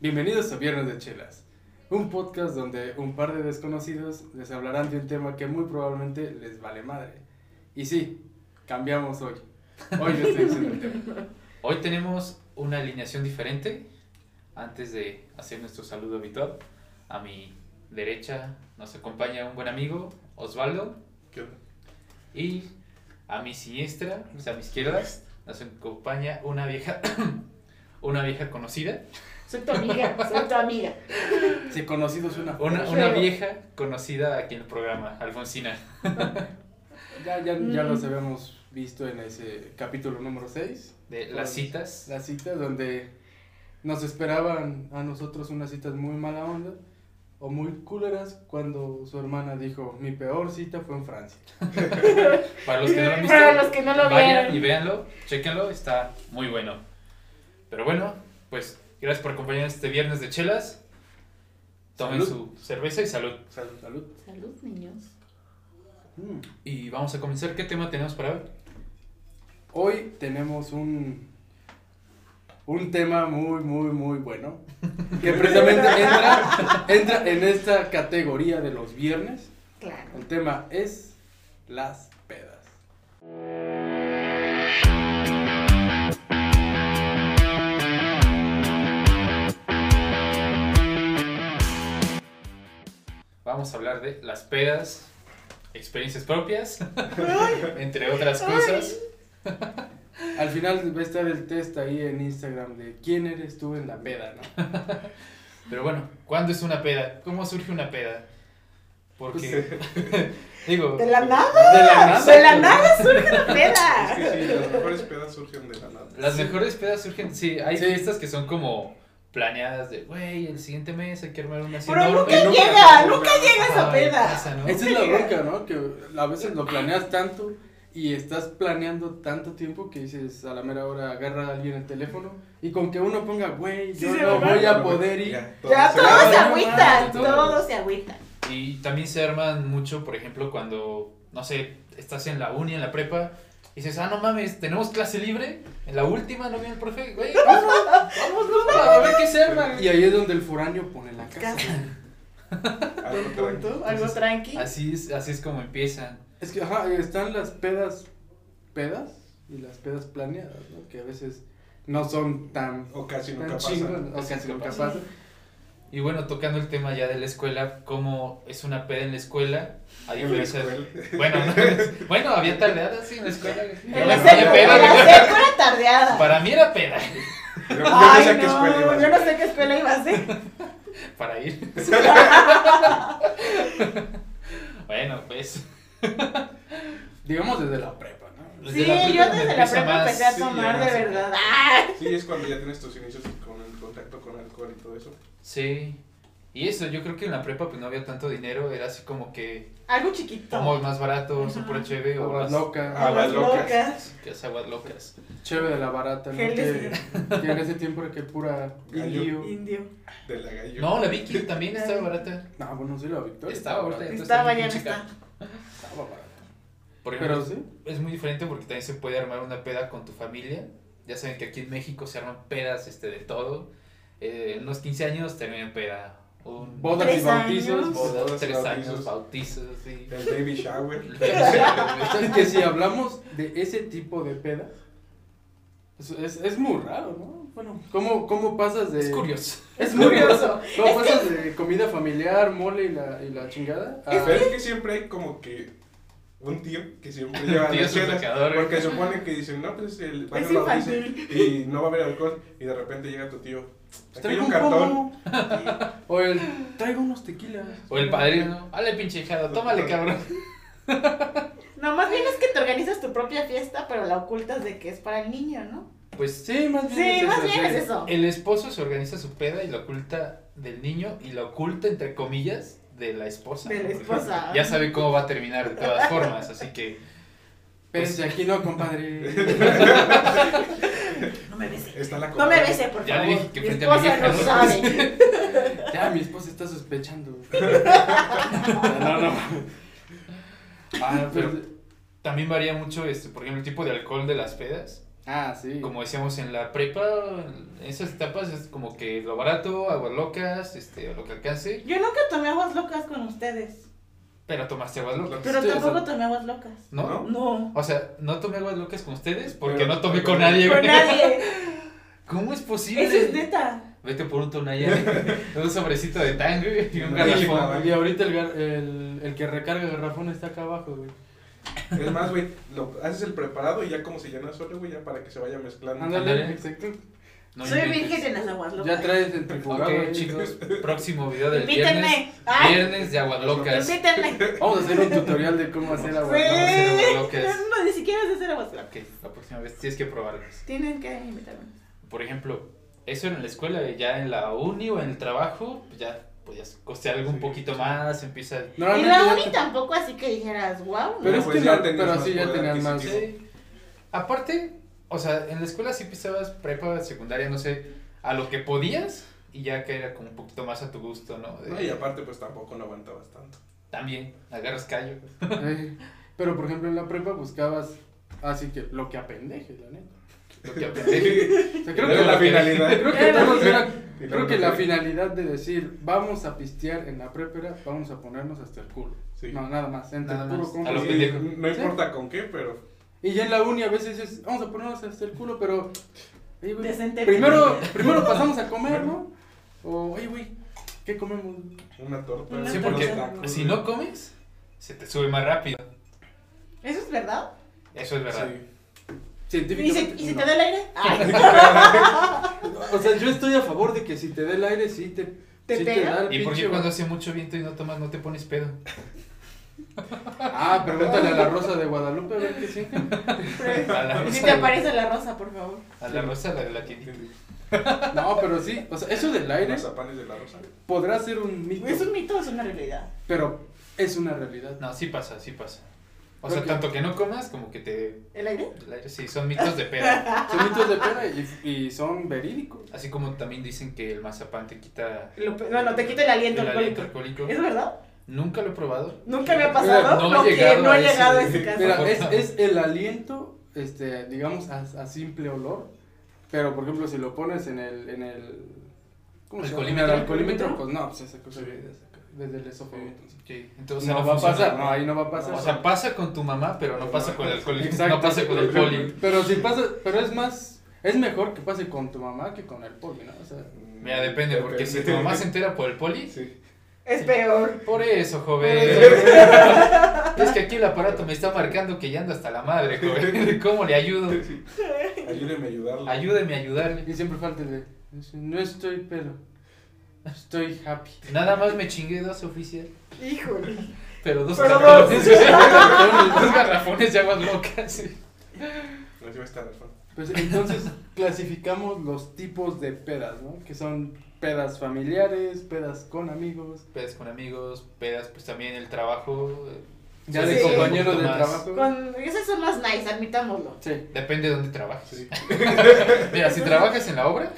Bienvenidos a Viernes de Chelas, un podcast donde un par de desconocidos les hablarán de un tema que muy probablemente les vale madre. Y sí, cambiamos hoy. Hoy les estoy diciendo el tema. Hoy tenemos una alineación diferente. Antes de hacer nuestro saludo habitual, a mi derecha nos acompaña un buen amigo, Osvaldo, ¿Qué onda? y a mi siniestra, o sea, a mi izquierda, nos acompaña una vieja, una vieja conocida, Soy tu amiga, soy tu amiga. Si conocido suena. una, una vieja conocida aquí en el programa, Alfonsina. Ya, ya, ya los habíamos visto en ese capítulo número 6, De las citas, las citas donde nos esperaban a nosotros unas citas muy mala onda o muy culeras cuando su hermana dijo, mi peor cita fue en Francia. para los que no lo han visto. Para los que no lo Vayan vieron. y véanlo, chéquenlo, está muy bueno. Pero bueno, pues gracias por acompañarnos este viernes de chelas. Tomen Salud. su cerveza y salud. Salud, salud. Salud, niños. Mm. Y vamos a comenzar. ¿Qué tema tenemos para hoy? Hoy tenemos un un tema muy muy muy bueno que precisamente entra, entra en esta categoría de los viernes. Claro. El tema es las pedas. Vamos a hablar de las pedas, experiencias propias, entre otras cosas. Al final va a estar el test ahí en Instagram de quién eres tú en la peda, ¿no? Pero bueno, ¿cuándo es una peda? ¿Cómo surge una peda? Porque, digo, De la nada, Ah, De la nada. de la nada surge la Es peda. que sí, las mejores pedas surgen de la nada. Las mejores pedas surgen, sí, hay Sí. fiestas que son como planeadas de, güey, el siguiente mes hay que armar una Pero nunca enorme". llega, nunca llega esa Ay, peda. pasa, ¿no? Esa es la bronca, ¿no? Que a veces lo planeas tanto y estás planeando tanto tiempo que dices a la mera hora agarra a alguien el teléfono y con que uno ponga, güey, Sí, yo se no va. voy a poder ir. Ya, todo Ya se todos acaba. se no, agüitan, no, todos se agüitan. Y también se arman mucho, por ejemplo, cuando, no sé, estás en la uni, en la prepa, y dices, ah, no mames, tenemos clase libre, en la última, no viene el profe, güey, vamos, vamos, vamos, a ver qué se arma. Y ahí es donde el foráneo pone la casa. Algo Buen tranqui. punto, algo tranqui. Así es, así es como empiezan. Es que, ajá, están las pedas pedas y las pedas planeadas, ¿no? Que a veces no son tan, O casi tan nunca chingonas, pasa. o casi nunca Nunca pasan. Y bueno, tocando el tema ya de la escuela, cómo es una peda en la escuela, a En la diferencia de- escuela. Bueno, no, bueno, había tardeadas sí, en la escuela. güey. En Yo la no secu- tenía en la peda, güey. secu era tardeada. Para mí era peda, Yo, yo no sé a Ay, qué escuela no, ibas. yo no sé qué escuela ¿eh? iba a ser. para ir. bueno, pues. Digamos desde la prepa, ¿no? Sí, la prepa yo me desde la empieza prepa más- empecé a sí, tomar ya, de sí. verdad. Ay, Sí, es cuando ya tienes tus inicios con el contacto con alcohol y todo eso. Sí. Y eso, yo creo que en la prepa pues no había tanto dinero, era así como que Algo chiquito. como más barato, súper chévere, o Aguas las loca, Ah, Aguas las locas. locas. que hace aguas locas. chévere de la barata, ¿no? Gel Que, de que en ese tiempo era que pura Gallo. indio. Indio. De la gallo. No, la Vicky también estaba barata. No, bueno, sí, la victoria. Estaba ahorita. barata, entonces Estaba también ya no chica. está. Estaba barata. Por ejemplo, Pero sí, es muy diferente porque también se puede armar una peda con tu familia. Ya saben que aquí en México se arman pedas este, de todo. Eh, en unos 15 años terminan peda. Un bodas y Tres bautizos. años. boda, Bodas y tres bautizos. años, bautizos, sí. El baby shower. Es que si hablamos de ese tipo de pedas, es, es, es muy raro, ¿no? Bueno, ¿cómo, cómo pasas de...? es curioso. Es muy Curioso. ¿Cómo pasas de comida familiar, mole y la, y la chingada? a- Pero es que siempre hay como que un tío que siempre lleva Tío las chelas. suplicador, güey. Porque supone que dicen, no, pues el van Es a la audiencia infantil. y no va a haber alcohol. Y de repente llega tu tío. Aquí hay Traigo un un cartón. pomo. O el, traigo unos tequilas. O el padrino, ¡Hale, pinche hijada! ¡Tómale, cabrón! No, más bien es que te organizas tu propia fiesta, pero la ocultas de que es para el niño, ¿no? Pues Sí, más bien Sí, es más eso, bien sí. es eso. el esposo se organiza su peda y la oculta del niño y la oculta, entre comillas, de la esposa. De la Porque esposa. Ya sabe cómo va a terminar de todas formas, así que... Pese aquí no, compadre. eh, No me besé. Está la No me copa. besé, por Ya le favor. dije que mi frente a mi esposa vieja no no sabe. Ya, mi esposa está sospechando. no, no. Ah, pero... Ah, pues, También varía mucho, este, por ejemplo, el tipo de alcohol de las pedas. Ah, sí. Como decíamos en la prepa, en esas etapas es como que lo barato, aguas locas, este, lo que alcance, Yo nunca tomé aguas locas con ustedes. pero tomaste aguas locas. Pero Ustedes tampoco no. tomé aguas locas. ¿No? ¿No? No. O sea, no tomé aguas locas con ustedes porque Pero- no tomé pero- con nadie, Con güey. nadie. ¿Cómo es posible? Eso es neta. Vete por un tonalla, un sobrecito de tango y un No, garrafón. no, Y ahorita el, gar- el, el que recarga el garrafón está acá abajo, güey. Es más, güey, lo haces el preparado y ya como se llena solo, güey, ya para que se vaya mezclando. Ándale, Ándale. exacto. No Soy inventes. virgen en las aguas Ya locas. traes el trifugado, Ok, güey. chicos, próximo video del viernes. Invítenme. Ay, Viernes de aguas locas. invítenme. Vamos a hacer un tutorial de cómo hacer agua. Sí. hacer aguas Sí. locas. No, no, ni siquiera es hacer aguas locas. Ok, la próxima vez tienes que probarlos. Tienen que invitarme. Por ejemplo, eso en la escuela, ya en la uni o en el trabajo, pues ya podías costear algo un Sí, poquito sí. más, empieza... Y Normalmente la ya- uni tampoco así que dijeras, wow. Pero No, es pues que ya no- tenías pero más sí ya poder tenías más. adquisitivo. Sí. Aparte, o sea, en la escuela sí pisabas prepa, secundaria, no sé, a lo que podías y ya que era como un poquito más a tu gusto, ¿no? De- No, y aparte, pues tampoco no aguantabas tanto. También, agarras callo. Eh, Pero por ejemplo en la prepa buscabas así que lo que apendeje, la neta. Lo que aprendí. O sea, creo Creo que que la lo que- finalidad. Creo que, Era- todos era- Y creo que luego la fue- finalidad de decir, vamos a pistear en la prepa era, vamos a ponernos hasta el culo. Sí. No, nada más, entre Nada el puro más. compa. A lo Sí, pendejo. no importa con qué, pero. Y ya en la uni a veces dices, vamos a ponernos hasta el culo, pero... "Ey, güey, Decentemente. primero, primero pasamos a comer, ¿no? O, oye, güey, ¿qué comemos? Una torta. Una Sí, unos porque pues, tacos, Pues, si güey. no comes, se te sube más rápido. ¿Eso es verdad? Eso es verdad. Sí. ¿Y si, Científicamente. y si no. te da el aire? Ay, O sea, yo estoy a favor de que si te dé el aire, sí te, ¿Te sí pega? da el ¿Y por qué pinche- cuando hace mucho viento y no tomas no te pones pedo? Ah, pregúntale a la Rosa de Guadalupe a ver qué siente. A la pero- si rosa, te aparece la rosa, por favor. a la, rosa, la de la tiendita. No, pero sí, o sea, eso del aire Mazapanes de la rosa. podrá ser un mito, ¿Es un mito o es una realidad? pero es una realidad. No, sí pasa, sí pasa. O sea, Ok. tanto que no comas como que te... ¿El aire? el aire- Sí, son mitos de pedo. Son mitos de pena y, y son verídicos. Así como también dicen que el mazapán te quita Lo pe- bueno, te quita el aliento el aliento alcohólico. alcohólico. ¿Es verdad? Nunca lo he probado. Nunca me ha pasado no he porque llegado no a he llegado a ese- ese caso. Mira, es, es el aliento, este, digamos, a, a simple olor, pero por ejemplo, si lo pones en el, en el, ¿cómo se llama? En el ¿Alcoholímetro? alcoholímetro, pues no, pues esa cosa Sí. viene desde acá, desde el esófago. entonces. Ok, Entonces no, va a funciona. pasar, no, ahí no va a pasar. O sea, pasa con tu mamá, pero no pasa con el alcoholismo. Exacto. No pasa con el poli. Pero si pasa, pero es más, es mejor que pase con tu mamá que con el poli, ¿no? O sea, Mira, depende, porque si tu mamá se entera por el poli, Sí. Es peor. por eso, joven. Es que aquí el aparato me está marcando que ya anda hasta la madre, joven. ¿Cómo le ayudo? Ayúdeme a ayudarla. Ayúdeme a ayudarle. y siempre falta el de, dice, no estoy pedo, estoy happy. Nada más me chingué dos oficial, Híjole. pero dos Pero garrafones. dos. dos garrafones de aguas locas. Así va a estar, Rafa. Pues entonces clasificamos los tipos de pedas, ¿no? Que son pedas familiares, pedas con amigos, Pedas con amigos, pedas pues también el trabajo. eh, ya Sí, de sí. compañero Un de poquito más. trabajo. Con... Esas son más nice, admitámoslo. Sí. Depende de dónde trabajes. Sí. Mira, si trabajas en la obra,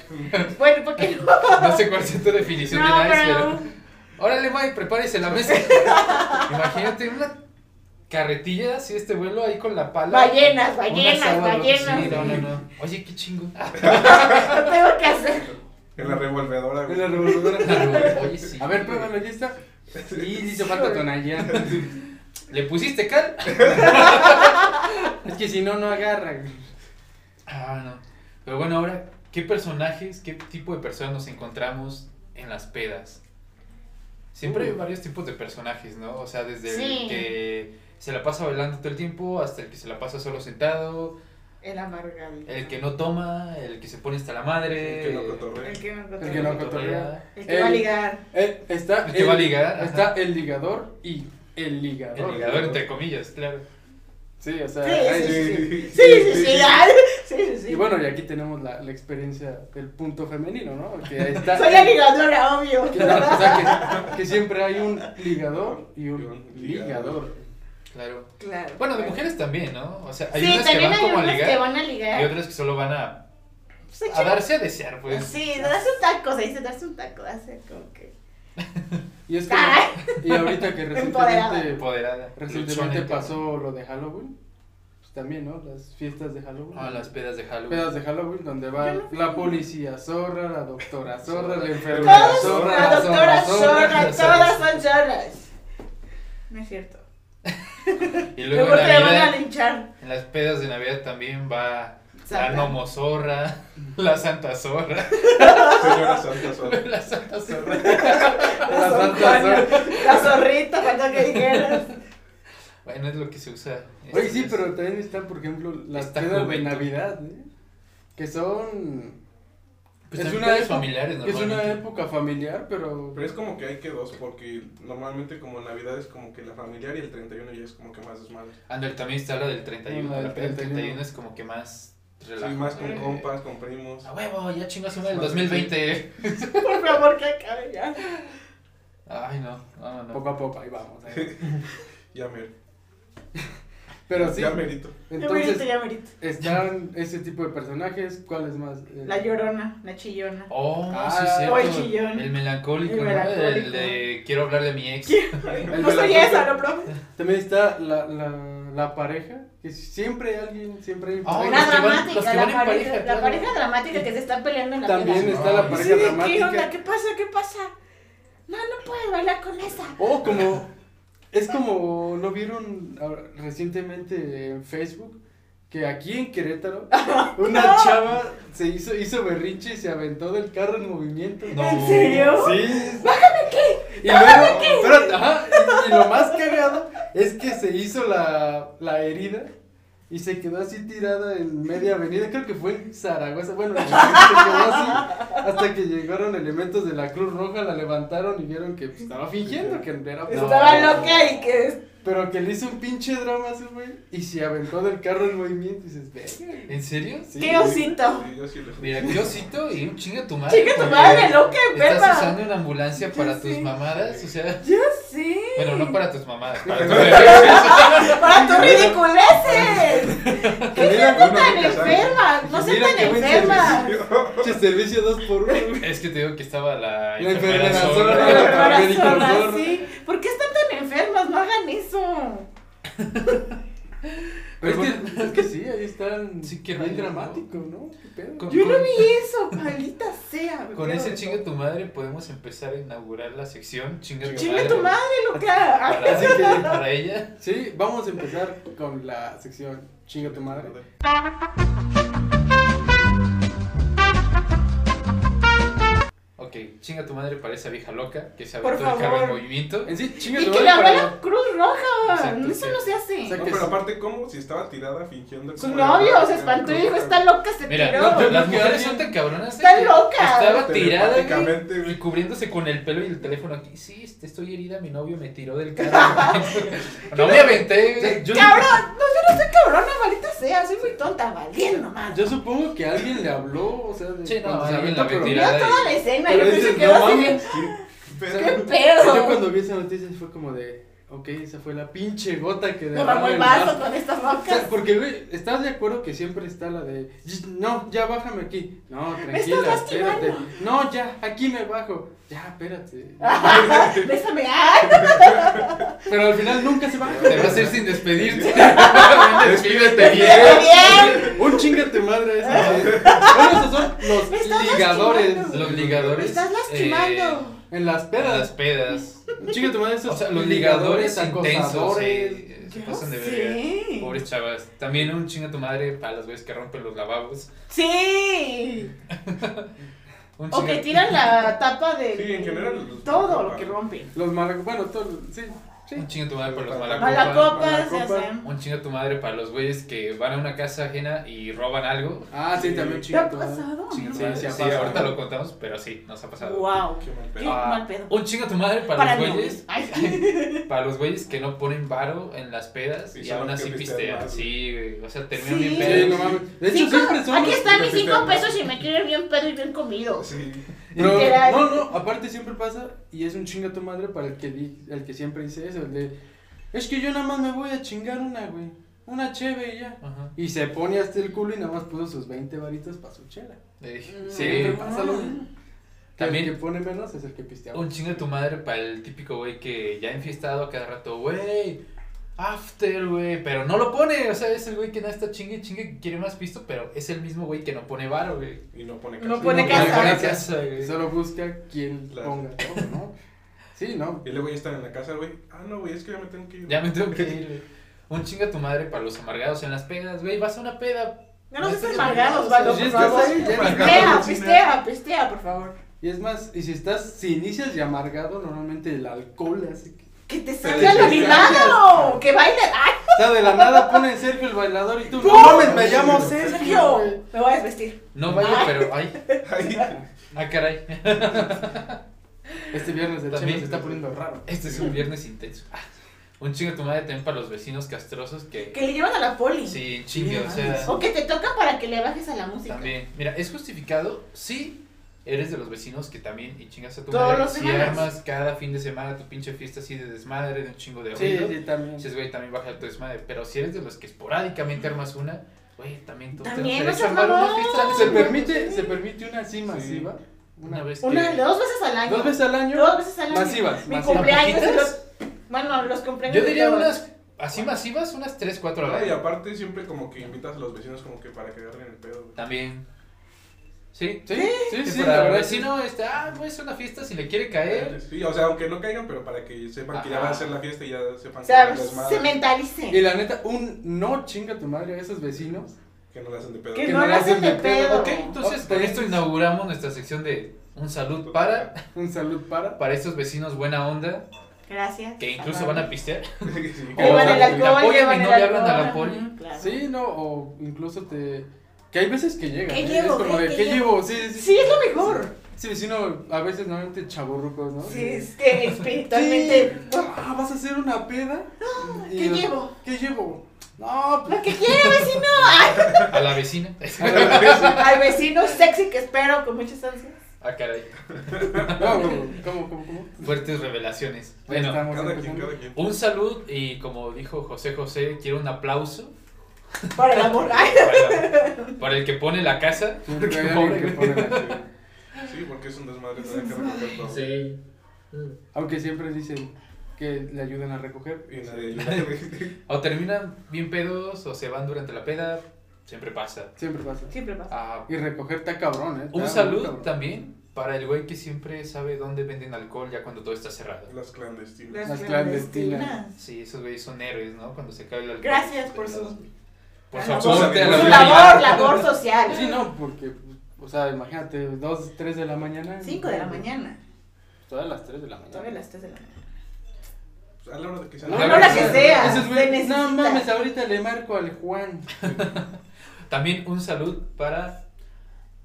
Bueno, ¿por qué no? no sé cuál sea tu definición de No, nice, pero... pero. Órale, May, prepárese la mesa. Imagínate una carretilla así este vuelo ahí con la pala. Ballenas, Una ballenas, sábado, ballenas. sí, no, no, no. Oye, qué chingo. Lo tengo que hacer. En la revolvedora, En güey. la revolvedora. Oye, sí. A ver, pruébalo, ya está. Y dice falta tonallán. ¿Le pusiste cal? Es que si no, no agarra. güey. Ah, no. Pero bueno, ahora, ¿qué personajes, qué tipo de personas nos encontramos en las pedas? Siempre hay Uh. varios tipos de personajes, ¿no? O sea, desde Sí. el que se la pasa bailando todo el tiempo hasta el que se la pasa solo sentado, El amargado. el que no toma, el que se pone hasta la madre, Que no cotorrea. El que no. El que no cotorrea, El que va a El- ligar. Eh, está El que va a ligar, ajá. Está el ligador y el ligador. el ligador, entre comillas, claro. Sí, o sea. Sí, ahí- sí, sí. Sí, sí, sí. ay, Sí, sí, sí. Y bueno, y aquí tenemos la, la experiencia del punto femenino, ¿no? Que ahí está. Soy la ligadora, obvio. Que, no, o sea, que, que siempre hay un ligador y un, Y un ligador. ligador. Claro. Claro. Bueno, de mujeres también, ¿no? O sea, hay sí, unas que también van hay como a unas que ligar van a y ligar. Pues otras que solo van a, Se a echan- darse a desear, pues. Sí, darse un taco, se dice darse un taco, darse como que. Y es que, ¡Ay! y ahorita que Empoderada. recientemente, Empoderada. recientemente luchona y todo. pasó lo de Halloween, pues también, ¿no? Las fiestas de Halloween. Ah, las pedas de Halloween. pedas de Halloween donde va Yo no fui. la policía zorra, la doctora zorra, la enfermera Todos, zorra, la zorra. doctora zorra, todas son zorras. No es cierto. Y luego Luego en te van a Navidad, linchar. en las pedas de Navidad también va la Zorra. nomozorra, la santa zorra, Señora Santa Sola. la santa zorra. La La santa zorra. zorra. La zorrita, falta que dijeras. Bueno, es lo que se usa. Oye, Este sí, es- pero también están, por ejemplo, las Esta pedas de juventud. Navidad, ¿eh? Que son... Pues es también una pedas época- familiares que es una normalmente. época familiar, pero... Pero es como que hay que dos, porque normalmente como Navidad es como que la familiar y el 31 ya es como que más desmadre. Ándale, también está la del 31. Ah, la la del peda del 31. 31 es como que más Sí, relajo. más con Eh. compas, con primos. A huevo, ya chingas una del Más 2020. Por favor, que acabe ya. Ay, no, no, no. Poco a poco, ahí vamos. ahí vamos. Ya mer, Pero sí, ya merito. Entonces, entonces ya merito. están ese tipo de personajes, ¿cuáles más? Eh, La llorona, la chillona. Oh, Ah, sí, es cierto. o el chillón. El melancólico, El ¿no? melancólico. El de quiero hablar de mi ex. El No de la soy torta. esa, ¿no, profe? También está la, la, la pareja, que siempre hay alguien, siempre hay Ah, pareja. La los que van- dramática, los que la, van en pareja, pareja, la claro. pareja dramática que se está peleando en la También peda. está la Ay, pareja Sí, ¿qué dramática. onda? ¿Qué pasa? ¿Qué pasa? No, no puedes bailar con esa. O como. Es como. ¿No vieron ahora- recientemente en Facebook? Que aquí en Querétaro, una chava se hizo, hizo berrinche y se aventó del carro en movimiento. No. ¿En serio? Sí. ¡Bájame aquí! Y luego, espérate, ajá, y, y lo más cagado es que se hizo la, la herida y se quedó así tirada en media avenida, creo que fue en Zaragoza, bueno, se quedó así hasta que llegaron elementos de la Cruz Roja, la levantaron y vieron que pues, estaba fingiendo que era... Estaba No. loca y que. Pero que le hizo un pinche drama a ese güey y se aventó del carro en movimiento y dices, "Verga". ¿En serio? Sí, ¡Qué osito! Sí, yo sí le Mira, yo cito y un chinga tu madre. Chica tu porque madre, loca, Estás enferma. usando una ambulancia Ya para sé. tus mamadas, o sea. Yo sí. Ah, Bueno, no para tus mamadas, para tus ¡Para tus ridiculeces! Que ¿Qué mira, gente uno tan que sabe. enferma? No sean Mira tan qué buen enfermas. pinche servicio dos por uno, güey. Es que te digo que estaba la La enfermera sola. sola. Pero, Mira, pero ahora médico, zorra, zorra. sí. ¿Por qué están tan enfermas? No hagan eso. Pero es, que, es que sí, ahí están Sí, qué bien rayos, ¿no? dramático, ¿no? ¿Qué pedo? Con- Yo no vi eso, maldita sea. me Con quedo ese de chinga tu madre podemos empezar a inaugurar la sección chinga tu Chinga madre. tu madre, loca. Ah, Para, Así que- para ella. Sí, vamos a empezar con la sección Chinga tu madre. Ok, chinga tu madre para esa vieja loca que se Por aventó el carro favor. en movimiento. En sí, chinga Y tu que madre. le habló a para- la Cruz Roja. Exacto, eso sí. no se hace. Exacto. No, pero aparte, ¿cómo? Si estaba tirada fingiendo. Su como- novio se espantó y dijo: Está loca, se Mira, tiró. no, las Yo vi que mujeres alguien- son tan cabronas. Está que loca. Estaba tirada güey, Telepáticamente, güey. y cubriéndose con el pelo y el teléfono aquí. Sí, este, estoy herida, mi novio me tiró del carro. no me aventé. güey. Yo- Cabrón, no, yo no soy cabrona, maldita sea. Soy muy tonta, valiendo nomás. Yo Yo supongo que alguien le habló, o sea, de Sí, no, cuando se alguien aventó, la pero- mentira. toda la escena, Pero yo pensé dices, que no iba a ser. mames. Sí, O sea, pero- ¿Qué pedo? Yo cuando vi esa noticia fue como de, ok, esa fue la pinche gota que Derramó el vaso con estas O sea, rocas. porque, güey, ¿estás de acuerdo que siempre está la de, no, ya bájame aquí? No, tranquila, estás espérate. lastimando. No, ya, aquí me bajo. Ya, espérate. Bésame, ay, Pero al final nunca se baja. Te va a hacer sin despedirte. Despídete Despídete bien. está bien. Un chingate madre esa. Bueno, esos son Me los estás ligadores. lastimando. Los ligadores. Me estás lastimando. eh, En las las pedas. pedas. Un chingate madre esos. O sea, los ligadores intensos acosadores. eh, se Ya pasan de sé. verga. Pobres chavas. También un chinga tu madre para los güeyes que rompen los lavabos. Sí. Un O que chinga- tiran la tapa de. Sí, en general, los- Todo lo que rompen. Los malacos. Bueno, todo. Sí, sí. Un chinga tu madre para los malacopas. Malacopas, ya Malacopas. sé. Un chinga tu madre para los güeyes que van a una casa ajena y roban algo. Ah, sí, Sí. también ¿Te ha chingate madre. pasado? Chinga tu Sí, madre. sí ha Sí, pasado. ahorita lo contamos, pero sí, nos ha pasado. Ah, Wow. Qué mal Qué pedo. mal pedo. Un chinga tu madre para, Para los no. güeyes. Ay. Para los güeyes que no ponen varo en las pedas Y y, son aún los que así pistean pistean. más, güey. Sí, güey. O sea, terminan Sí. bien Sí, pedos. no mames. De hecho, Cinco- siempre son. Aquí están mis los que cinco pistean más. pesos y me quieren bien pedo y bien comido. Sí. Pero, Literal. no, no, aparte siempre pasa y es un chinga tu madre para el que di- el que siempre dice eso, el de es que yo nada más me voy a chingar una, güey, una cheve y ya. Ajá. Y se pone hasta el culo y nada más puso sus 20 varitos para su chela. Le dije, Mm. Sí. Siempre pasa lo mismo. También También- el que pone menos es el que pistea. Un chinga tu madre para el típico güey que ya enfiestado a cada rato, güey. After, güey. Pero no lo pone. O sea, es el güey que nada está chingue, chingue, que quiere más pisto, pero es el mismo güey que no pone varo, güey. Y no pone No casa. pone No, casa. no pone Pone casa, güey. Solo busca quien Claro. ponga todo, ¿no? Sí, ¿no? Y luego ya están en la casa, güey. Ah, no, güey, es que ya me tengo que ir. Ya me tengo que ir, güey. Un chinga tu madre para los amargados en las pedas, güey. Vas a una peda. No nos Estos estés amargados, Valo, Pues ya por estás favor. ahí, ya Para estás- acá. Pistea, Vamos, pistea, pistea, por favor. Y es más, y si estás, si inicias de amargado, normalmente el alcohol así que. Que te te salga lo distraigas. animado. Que baile. ¡Ay, O sea, de la nada pone Sergio el bailador y tú. ¡Pum! ¡No mames, me llamo Sergio! Sergio! Me voy a desvestir. No vaya, pero. Ay, Ahí. ah, caray. Este viernes el chino También. se está poniendo raro. Este es un viernes intenso. Ah, Un chinga tu madre también para los vecinos castrosos que. Que le llevan a la poli. Sí, chingue, o sea. O que te toca para que le bajes a la música. También, mira, es justificado si eres de los vecinos que también y chingas a tu Todos madre. los Si semanas. armas cada fin de semana tu pinche fiesta así de desmadre, de un chingo de Sí, ruido. sí, también. Dices, güey, también baja tu desmadre. Pero si eres de los que esporádicamente armas una, güey, también tú También, tienes no derecho seas a armar una mamón. fiesta. Se permite, se permite una así masiva. una vez. Una, que- dos veces al año. Dos veces al año. Dos veces al año. Masivas, Mi masivas. cumpleaños. ¿Poquitas? Los, bueno, los cumpleaños. Yo de diría todos. unas así masivas, unas 3, 4 al No, y año. aparte siempre como que invitas a los vecinos como que para que agarren el pedo, güey. También. Sí, Sí, sí, sí, para la el verdad. sí. vecino, este, ah, pues es una fiesta si le quiere caer. Sí, o sea, aunque no caigan, pero para que sepan que ya Ajá. va a ser la fiesta y ya sepan O sea, que no les se mal, Y mentalicen. la neta, un no chinga tu madre a esos vecinos. que no la hacen de pedo. Que que no no le la hacen de hacen de pedo. pedo, Ok, entonces Ok. con esto inauguramos nuestra sección de un salud para, Un salud para. para estos vecinos buena onda Gracias. que incluso van a pistear. Sí, que- Llevan el te alcohol, apoyan y llevan no el le hablan a la alcohol. poli. Ajá, claro. Sí, no, o incluso te. Que hay veces que llega. ¿Qué ¿eh? llevo? Es como ¿Qué- de, qué ¿qué, llevo? llevo? Sí, sí. Sí, es lo mejor. Ese vecino, a veces normalmente chaborrucos, ¿no? Sí, es que espiritualmente. Sí. Ah, ¿vas a hacer una peda? Y Ah, ¿qué los- llevo? ¿Qué llevo? No, pues. Lo que quiere, vecino. Ay, A la vecina. Al vecino sexy que espero con muchas ansias. ah, caray. No, ¿cómo, cómo, cómo? cómo? Fuertes revelaciones. Ya Bueno, estamos Cada quien, empezando. cada quien. un salud y como dijo José José, quiero un aplauso Para el amor. Ay, para, para el que pone la casa. Siempre hay Qué alguien pobre, que pone la- Sí, porque es un desmadre, tener que recoger todo. Sí. Aunque siempre dicen que le ayudan a recoger. Y nadie ayuda, güey. O terminan bien pedos o se van durante la peda. Siempre pasa. Siempre pasa. Siempre pasa. Ah, Y recoger está cabrón, ¿eh? Está un muy salud cabrón. también para el güey que siempre sabe dónde venden alcohol ya cuando todo está cerrado. Las clandestinas. Las clandestinas. Sí, esos güeyes son héroes, ¿no? Cuando se cae el alcohol. Pues, Gracias por su- Por su Ah, no, aporte a por la Su humanidad. labor, labor social. Sí, no, porque, o sea, imagínate, 2, 3 de la mañana. 5 de la mañana. Todas las 3 de la mañana. Todavía las 3 de la mañana. A la hora de que sea. No, no la que sea, Ese es se güey, necesita. no mames, ahorita le marco al Juan. También un salud para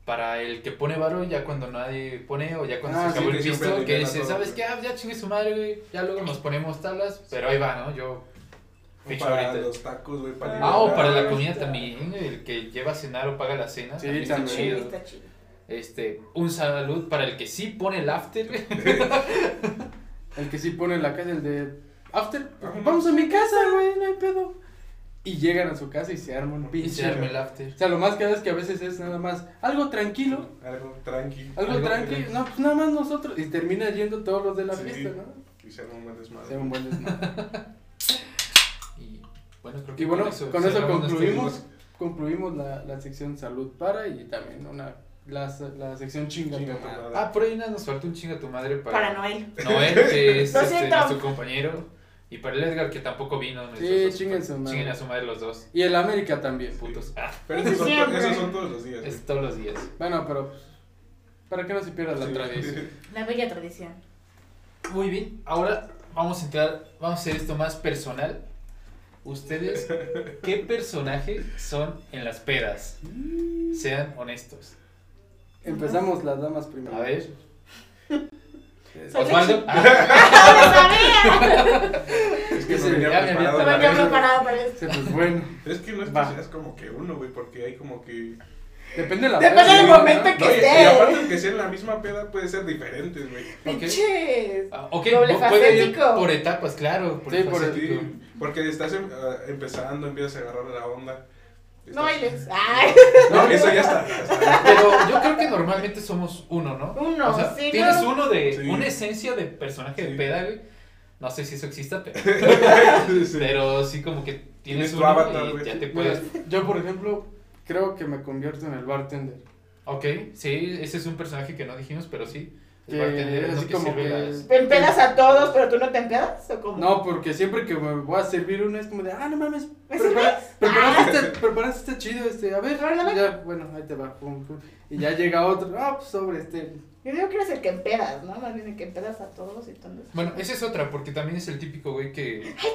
para el que pone varo ya cuando nadie pone o ya cuando Ah, se acabó sí, el que siempre pisto, que aliviana dice, todo, ¿sabes güey. qué? Ah, ya chingue su madre, güey. Ya luego nos ponemos tablas, pero ahí va, ¿no? Yo O ficho Para ahorita. los tacos, güey. para Ah, o para la liberar. comida también, el que lleva a cenar o paga la cena. Sí, también está también. Sí, chido. está chido. Este, un salud para el que sí pone el after. El que sí pone la casa, el de After. Vámonos. Vamos a mi casa, güey, no hay pedo. Y llegan a su casa y se arma un y se pinche. arma el after. O sea, lo más que es que a veces es nada más algo tranquilo, Algo tranqui. algo, Algo tranquilo, tranqui. no, pues nada más nosotros. Y termina yendo todos los de la Sí. fiesta, ¿no? Y se arma un buen Sea desmadre. un buen desmadre. Y bueno, creo que Y bueno, con eso cerramos nuestro- concluimos, concluimos la, la sección salud para y también una, la, la sección chinga tu Chinga tu madre. madre. Ah, por ahí nada, nos falta un chinga tu madre para, Para Noel. Noel, que es Lo este, siento. nuestro compañero, y para el Edgar, que tampoco vino. nuestros Sí, dos- chinguen su madre. Chinguen a su madre los dos, Y el América también. pues. putos. Ah, Pero esos son, Siempre. esos son todos los días. güey. es todos los días. Bueno, pero pues, para que no se pierda la Sí. tradición. La bella tradición. Muy bien, ahora vamos a entrar, vamos a hacer esto más personal. Ustedes, ¿qué personaje son en las pedas? Sean honestos. Empezamos las damas primero. A ver, Soy Osvaldo. la- Ah, ¡Ah, lo sabía! Es que Sí, no venía ya me preparado. había- la Estaba yo verdad. preparado para esto. Sí, pues bueno, Es que no es que Va. seas como que uno, güey, porque hay como que... depende de la Depende peda, del ¿no? momento que No, y, y esté. aparte que sea en la misma peda puede ser diferente, güey. Ok. Pinches. ah, ok, puede Doble ir facético. por etapas, claro. Sí, por facético. Sí, porque estás em- ah, empezando, empiezas a agarrar la onda. No bailes. Estás- ¡Ay! No, eso ya está. ya está. Pero yo creo que normalmente somos uno, ¿no? Uno, O sea, sí, tienes ¿no? uno de Sí. una esencia de personaje de Sí. peda, güey. No sé si eso exista, pero, Sí, sí. pero sí como que tienes, Tienes tu uno avatar, y güey. ya te Mira, puedes... yo, por ejemplo, creo que me convierto en el bartender. Ok, sí, ese es un personaje que no dijimos, pero sí. El Que bartender es así lo que como sirve que- las... ¿Te empedas a todos, pero tú no te empedas? ¿O cómo? No, porque siempre que me voy a servir una es como de, ah, no mames, ¿Me Ah. prepara- preparaste, este, preparaste este chido, este, a ver, Guárdame. ya, bueno, ahí te va, pum, pum. Y ya llega otro, ah, pues sobre este. Yo digo que eres el que empedas, ¿no? Más bien el que empedas a todos y entonces. Bueno, esa es otra, porque también es el típico güey que... ¡Ay,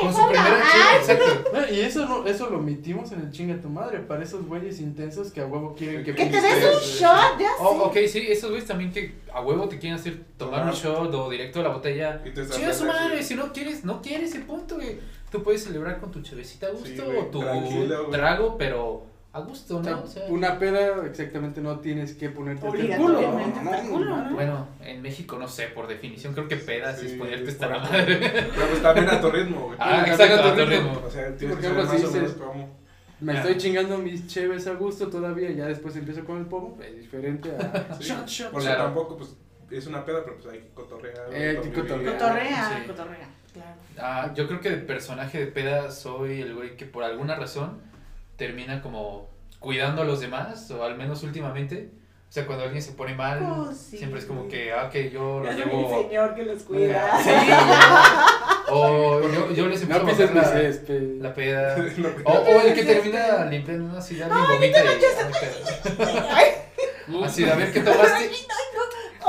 Con su toma! primera ¡Ay, chica, exacto. No, y eso no, eso lo omitimos en el chinga tu madre, para esos güeyes intensos que a huevo quieren que ¡Que te des pistees, un eh. shot! ¡Ya Oh, sí! ok, sí, esos güeyes también que a huevo te quieren hacer tomar un Ajá. shot o directo a la botella. Y te estás Chinga su dando madre, así. si no quieres, no quieres y punto, güey. Tú puedes celebrar con tu chevecita a gusto Sí, o güey, tu tranquilo, güey. trago, pero a gusto, O ¿no? sea, O sea, una peda exactamente no tienes que ponerte hasta el culo. ¿no? Obligatoriamente hasta el No, culo, no, ¿no? Bueno, en México no sé, por definición, creo que pedas es Sí, ponerte por hasta la acá. madre. Pero pues también a tu ritmo, güey. Ah, Bueno, exacto, también a tu tu ritmo. O sea, Sí, tienes porque que algo saber así más o menos dices. cómo. Me Ya. estoy chingando mis cheves a gusto todavía, ya después empiezo con el pomo, es diferente a... Sí. Shot, shot. O sea, Claro. tampoco, pues, es una peda, pero pues hay que cotorrear. Eh, convivir. cotorrear. Cotorrea, Sí. cotorrea. Claro. Ah, yo creo que de personaje de peda soy el güey que por alguna razón termina como cuidando a los demás, o al menos últimamente. O sea, cuando alguien se pone mal, Oh, sí. siempre es como que, ah, que yo lo Ya soy el llevo. señor que los cuida. Sí, o yo, yo les empiezo No a pises bajar mis la, césped. la peda. No, O, Oh. o el que pises termina césped. limpiando una ciudad y vomita y- ay, pedo. Así, de, a ver qué tomaste.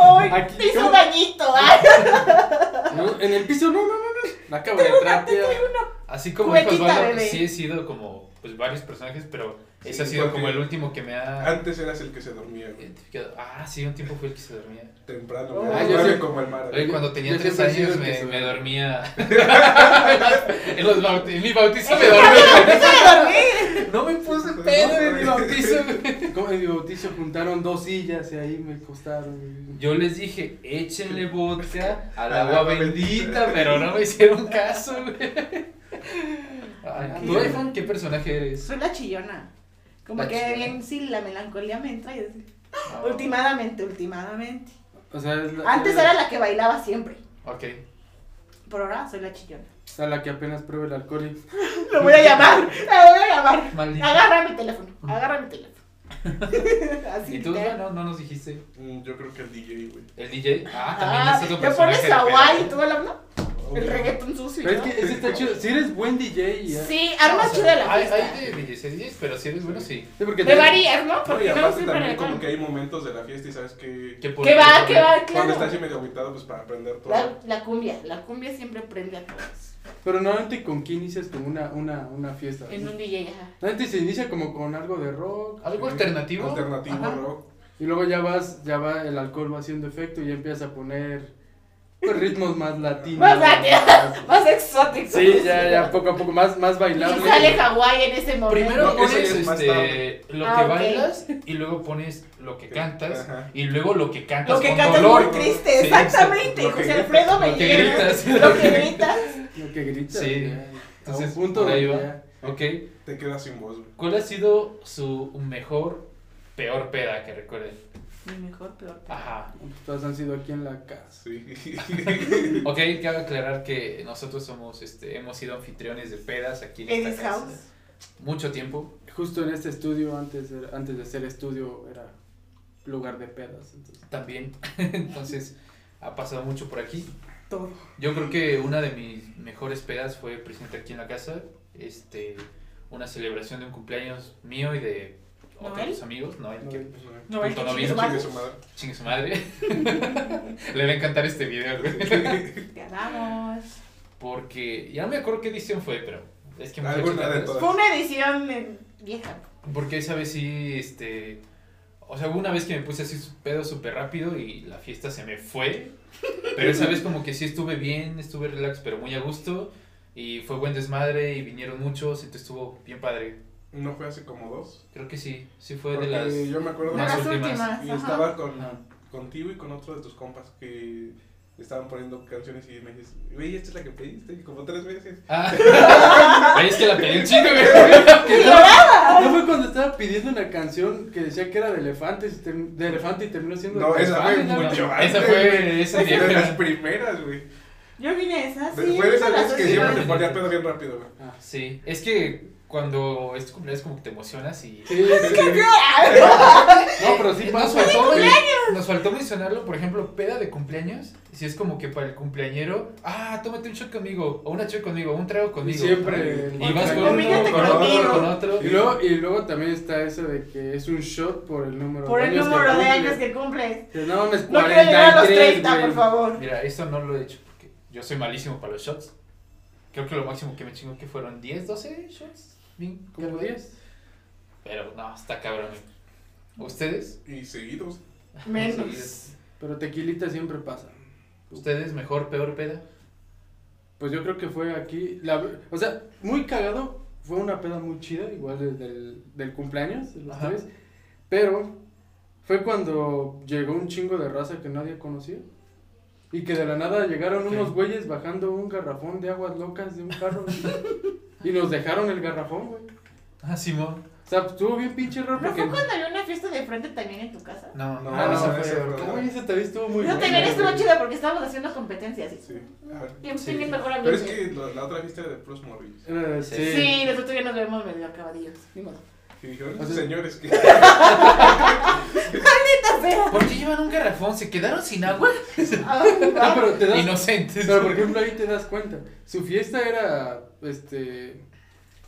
¡Ay! Aquí, Te hizo ¿cómo? un dañito. ¡Ay! No, En el piso, no, no, no, no. La cabo de terapia. Así como dijo Juguetita, Osvaldo, bebé. sí he sido como pues varios personajes, pero ese Sí, ha sido como porque- el último que me ha Antes eras el que se dormía, güey. identificado. Ah, sí, un tiempo fue el que se dormía. Temprano, Oh. güey. Ah, Ah, yo sí. como el mar. Oye, cuando tenía yo tres siempre he sido años el que me, se me duerme. dormía. en, los bauti- en mi bautizo me dormía. No me puse pedo en mi bautizo. güey. Como En mi bautizo juntaron dos sillas y ahí me costaron. Yo les dije, échenle vodka al Al agua agua bendita, bendita. pero no me hicieron caso, güey. Ah, ¿Tú, Ok. iPhone, qué personaje eres? Soy la chillona. Como La que chillona. bien, sí, la melancolía me entra y así. Ah, Últimamente, últimamente. O sea, es la, Antes era la que bailaba siempre. Ok. Por ahora soy la chillona. o sea, la que apenas prueba el alcohol y- Lo voy a llamar. Lo voy a llamar. Maldito. Agarra mi teléfono. Agarra mi teléfono. Así ¿Y tú, literal. no, no nos dijiste? Mm, Yo creo que el DJ, güey. ¿El DJ? Ah, también Ah, es otro le personaje. pones de Hawái pedo. y tú hablando. El Obvio. reggaetón sucio. y Pero es todo. que ese está chido. Si eres buen DJ, ya. Sí, armas Ah, O sea, chido de la hay, fiesta. hay de DJs, hay DJs, pero si eres bueno, sí. Sí, porque Me te- varías, ¿no? No, Porque y no aparte soy también reggaetón. como que hay momentos de la fiesta y sabes que... Que por- ¿Qué va? que ¿Qué va? Cuando estás así Claro. medio agüitado, pues para aprender todo. La, la cumbia. La cumbia siempre prende a todos. Pero normalmente con qué inicias como una, una, una fiesta. En un DJ, ajá. Normalmente se inicia como con algo de rock. ¿Algo eh, alternativo? Alternativo, Ajá. rock. Y luego ya vas, ya va, el alcohol va haciendo efecto y ya empiezas a poner pues, ritmos más latinos. Más latinos. Más exótico. Sí, ya, ya, poco a poco, más, más Y bailable. sale Hawái en ese momento. Primero No, pones eso ya es más este, lo Ah, que ok. bailas y luego pones lo que cantas Ajá. y luego lo que cantas Lo que con cantas dolor. muy triste, Sí, exactamente. lo que José gritas, Alfredo me lo que llega. gritas. Lo que gritas. Lo que gritas. Sí. ya. Entonces, a un punto por ahí donde va. ya- Ok. Te quedas sin voz, güey. ¿Cuál ha sido su mejor, peor peda que recuerden? Mi mejor, peor. Ajá. Todas pues, han sido aquí en la casa. Sí. Ok, cabe aclarar que nosotros somos, este, hemos sido anfitriones de pedas aquí en Eddie's esta casa. House. Mucho tiempo. Justo en este estudio, antes de, antes de ser estudio, era lugar de pedas. Entonces. También. Entonces, ha pasado mucho por aquí. Todo. Yo creo que una de mis mejores pedas fue presente aquí en la casa. Este, una celebración de un cumpleaños mío y de otros ¿Noel? amigos. No, el que No, Punto no es vino, Chingue su madre. chingue su madre. Le va a encantar este video, güey. Te amamos. Porque ya no me acuerdo qué edición fue, pero es que Alguna muchas de gracias. todas. Fue una edición eh, vieja. Porque esa vez sí, este. O sea, hubo una vez que me puse así su- pedo súper rápido y la fiesta se me fue. Pero esa vez como que sí estuve bien, estuve relax, pero muy a gusto. Y fue buen desmadre y vinieron muchos, entonces estuvo bien padre. ¿No fue hace como dos? Creo que sí, sí fue Porque de las... yo me acuerdo De Las las últimas. últimas. y ajá. estaba con, Ajá. contigo y con otro de tus compas que estaban poniendo canciones y me dices, güey, esta es la que pediste, y como tres veces. Ah, Ay, es que la pedí un chingo, güey. ¿No fue cuando estaba pidiendo una canción que decía que era de elefantes y, term- de elefante y terminó siendo de No, esa fue elefante, mucho ¿no? Esa antes, fue güey. ese de día. las primeras, güey. Yo vine esa, sí. Fue de esas a las veces que ocho y siempre te media. ponía pedo bien rápido, güey. Sí, es que cuando es tu cumpleaños como que te emocionas y... Sí, sí, sí. No, pero sí Eh, nos, pasa. faltó, nos faltó mencionarlo, por ejemplo, peda de cumpleaños. Si es como que para el cumpleañero, ah, tómate un shot conmigo, o una shot conmigo, un trago Y conmigo. siempre. Y vas con Conmigo uno, te con otro, conmigo. con otro. Y luego, y luego también está eso de que es un shot por el número Por de el años que número de cumple. años que cumples. Que No mames, No quiero llegar a los 43, 30, por güey. favor. Mira, esto no lo he hecho porque yo soy malísimo para los shots. Creo que lo máximo que me chingo que fueron 10, 12 shots. Bien, Como cargados. 10. Pero no, está cabrón. ¿Ustedes? Y seguidos. Menos. Pero tequilita siempre pasa. ¿Ustedes mejor, peor peda? Pues yo creo que fue aquí. La, o sea, muy cagado. Fue una peda muy chida, igual desde el del cumpleaños, de los Ajá. tres. Pero fue cuando llegó un chingo de raza que nadie conocía. Y que de la nada llegaron Ok. unos güeyes bajando un garrafón de aguas locas de un carro. güey. y nos dejaron el garrafón, güey. Ah, Simón. O sea, estuvo bien pinche raro. ¿No porque- fue cuando había una fiesta de frente también en tu casa? No, no, No, Ah, no, esa no, esa fue. fue Uy, otra. esa también estuvo muy No, buena, también estuvo güey. chida porque estábamos haciendo competencias. Sí. Sí. A ver. Bien, Sí. bien, bien mejor Pero es ambiente. que la, la otra vista era de Plus Morris. Eh, Sí. sí. Sí, nosotros ya nos vemos medio acabadillos. Ni modo. Y dijeron, O sea- esos señores que. ¿Por qué llevan un garrafón? ¿Se quedaron sin agua? Ah, Ah, pero te das Inocentes. Pero por ejemplo ahí te das cuenta, su fiesta era, este,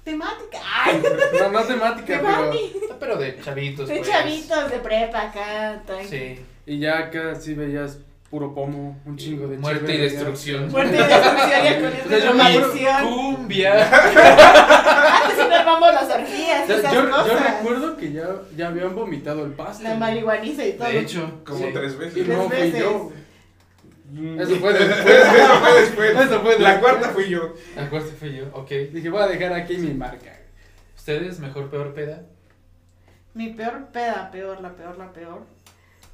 Temática. Ay, no, no temática, de pero, mami. Ah, Pero de chavitos. De pues. chavitos de prepa acá. tranqui. Sí. y ya acá sí veías puro pomo, un chingo de Muerte chévere, y ya. destrucción. Muerte de destrucción y alcoholismo O sea, de Pues, yo me acuerdo- drogadicción. Cumbia. Antes Ah, pues sí nos vamos las orgías, O sea, esas yo, yo cosas. recuerdo que ya, ya habían vomitado el pasto. La marihuaniza y todo. De hecho. Como sí. tres Y veces. no Tres fui veces. yo. Mm. Eso fue después. Eso fue después. Eso fue La después. cuarta fui yo. Acuérdate, fui yo. Ok. Dije, voy a dejar aquí mi marca. ¿Ustedes mejor, peor peda? Mi peor peda, peor, la peor, la peor.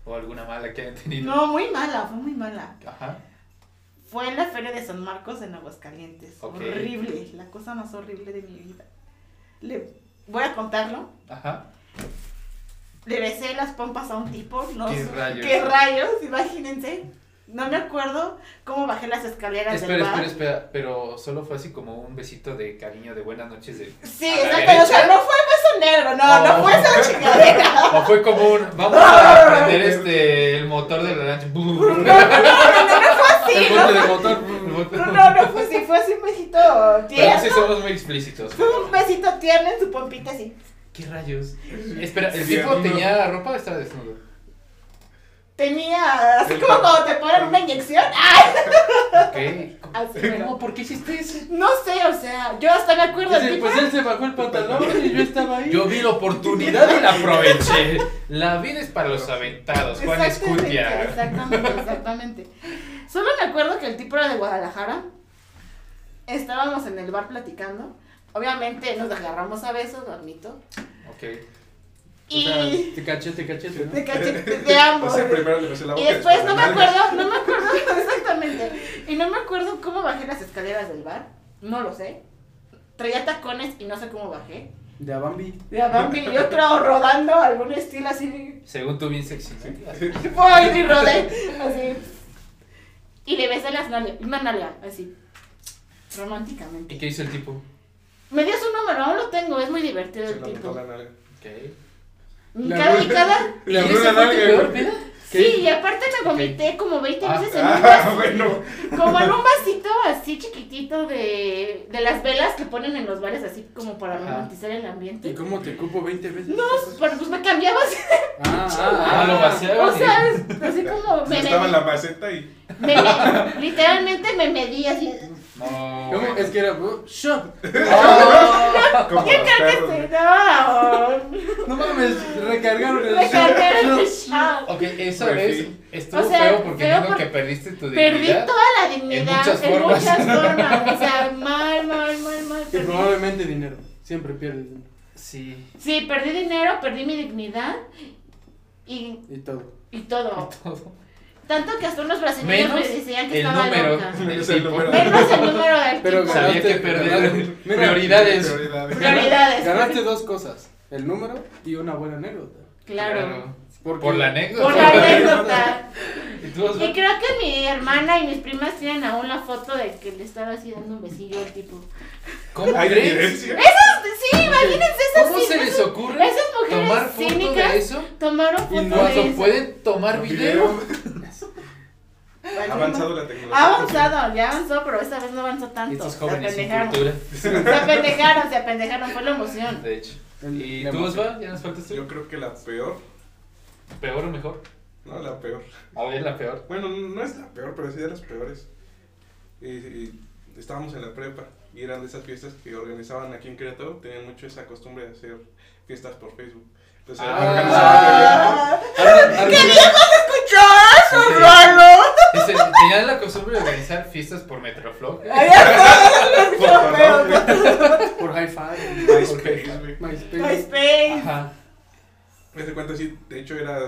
¿O alguna mala que hayan tenido? No, muy mala, fue muy mala. Ajá. Fue en la feria de San Marcos en Aguascalientes. Ok. Horrible, la cosa más horrible de mi vida. Le voy a contarlo. Ajá. Le besé las pompas a un tipo, no ¿Qué sé- rayos? ¿Qué rayos? Imagínense. No me acuerdo cómo bajé las escaleras del Espera, bar. espera, espera. Pero solo fue así como un besito de cariño de buenas noches. De... Sí, ¿A la exacto, o sea, derecha? no fue beso negro, no, no Oh. fue esa chingadera. O fue como un. Vamos a prender este. El motor de la lancha. el Sí, bote no, de motor. El no, motor. no, no fue así, fue así un besito Pero sí tierno. somos muy explícitos. Fue un besito tierno en su pompita así. ¿Qué rayos? Espera, ¿el Sí, tipo no. tenía la ropa o estaba desnudo? Tenía, así El como pa- cuando te ponen una inyección. Ah, ¡Ay! Ok. Así ¿Cómo? mero. ¿Por qué hiciste eso? No sé, o sea, yo hasta me acuerdo del Dice, tipo. pues él se bajó el pantalón y yo estaba ahí. Yo vi la oportunidad y la aproveché. La vida es para los aventados, Juan Exactamente, Escutia. exactamente, exactamente. Solo me acuerdo que el tipo era de Guadalajara. Estábamos en el bar platicando. Obviamente nos agarramos a besos, lo admito. Ok. O Y sea, te caché, te caché, ¿no? de cachete ambos. O sea, primero le besé la boca. Y después no me la nalga. acuerdo, no me acuerdo exactamente. Y no me acuerdo cómo bajé las escaleras del bar. No lo sé. Traía tacones y no sé cómo bajé. De Abambi. De a Bambi y otro rodando algún estilo así. Según tú, bien sexy. ¿no? Voy y rodé. Así. Y le besé las nalgas. Una nalga, así. Románticamente. ¿Y qué hizo el tipo? Me dio su número, aún lo tengo, es muy divertido Se el la botó tipo. la nalga. Ok. Y La cada, nalga. y cada. Le ¿Y abrió ese la fue tu nalga, peor güey. peda? ¿Qué? Sí, y aparte me vomité como 20 Ah, veces en un Ah, bueno. Como en un vasito así chiquitito de, de las velas que ponen en los bares, así como para Ajá. romantizar el ¿Y ambiente. cómo te cupo 20 veces? No, pero pues me cambiaba así. Ah, Ah, lo vaciaron. O sea, es- así como me Estaba en medí. la maceta y. me me- literalmente me medí así. No. ¿Cómo? Es que era, uh, shot. Como ¿Qué los cargas perros, te güey. daba? No mames, recargaron el Me cargaron el shot. shot. Ok, eso Pues es. sí. Estuvo O sea, feo porque feo digo por- que perdiste tu Perdí dignidad. toda la dignidad muchas en formas. muchas formas. O sea, mal, mal, mal, mal. Y perdí. probablemente dinero. Siempre pierdes dinero. Sí. Sí, perdí dinero, perdí mi dignidad y, Y todo. y todo. Todo. Tanto que hasta unos brasileños Menos me decían que El estaba número. loca. del Es el tipo. número. Menos el número del Pero tipo. Sabía que Ganaste, perder. ganaste. Mira, Prioridades. Prioridades. Prioridades. Ganaste dos cosas. El número y una buena anécdota. Claro. Porque- Por la anécdota. Por la anécdota. Y tú vas- Y creo que mi hermana y mis primas tienen aún la foto de que le estaba así dando un besillo al tipo. ¿Cómo Hay crees? evidencia. Sí, imagínense esas, ¿Cómo se esas- les ocurre esas tomar mujeres foto de cínicas eso tomaron foto de cuando eso. pueden tomar video? Vale, Ha avanzado no. la Ha tecnología. avanzado, ya avanzó, pero esta vez no avanzó tanto. Y estos Se jóvenes sin apendejaron. cultura, Se apendejaron, se apendejaron, fue la emoción. de hecho. ¿Y La tú, emoción. Osva? ¿Ya nos faltas tú? Yo creo que la peor, ¿Peor o mejor? no la peor. A ver, la peor. Bueno, no es la peor, pero sí de las peores. Y- y estábamos en la prepa y eran de esas fiestas que organizaban aquí en Querétaro. Tenían mucho esa costumbre de hacer fiestas por Facebook. Entonces, Ah, Ah. organizaban eventos. Sí. ¡Escuchó raro! Este, tenían la costumbre de organizar fiestas por Metroflog. Por favor, Por hi-fi. MySpace, güey. MySpace. MySpace. Ajá. Me di cuenta, sí, de hecho era.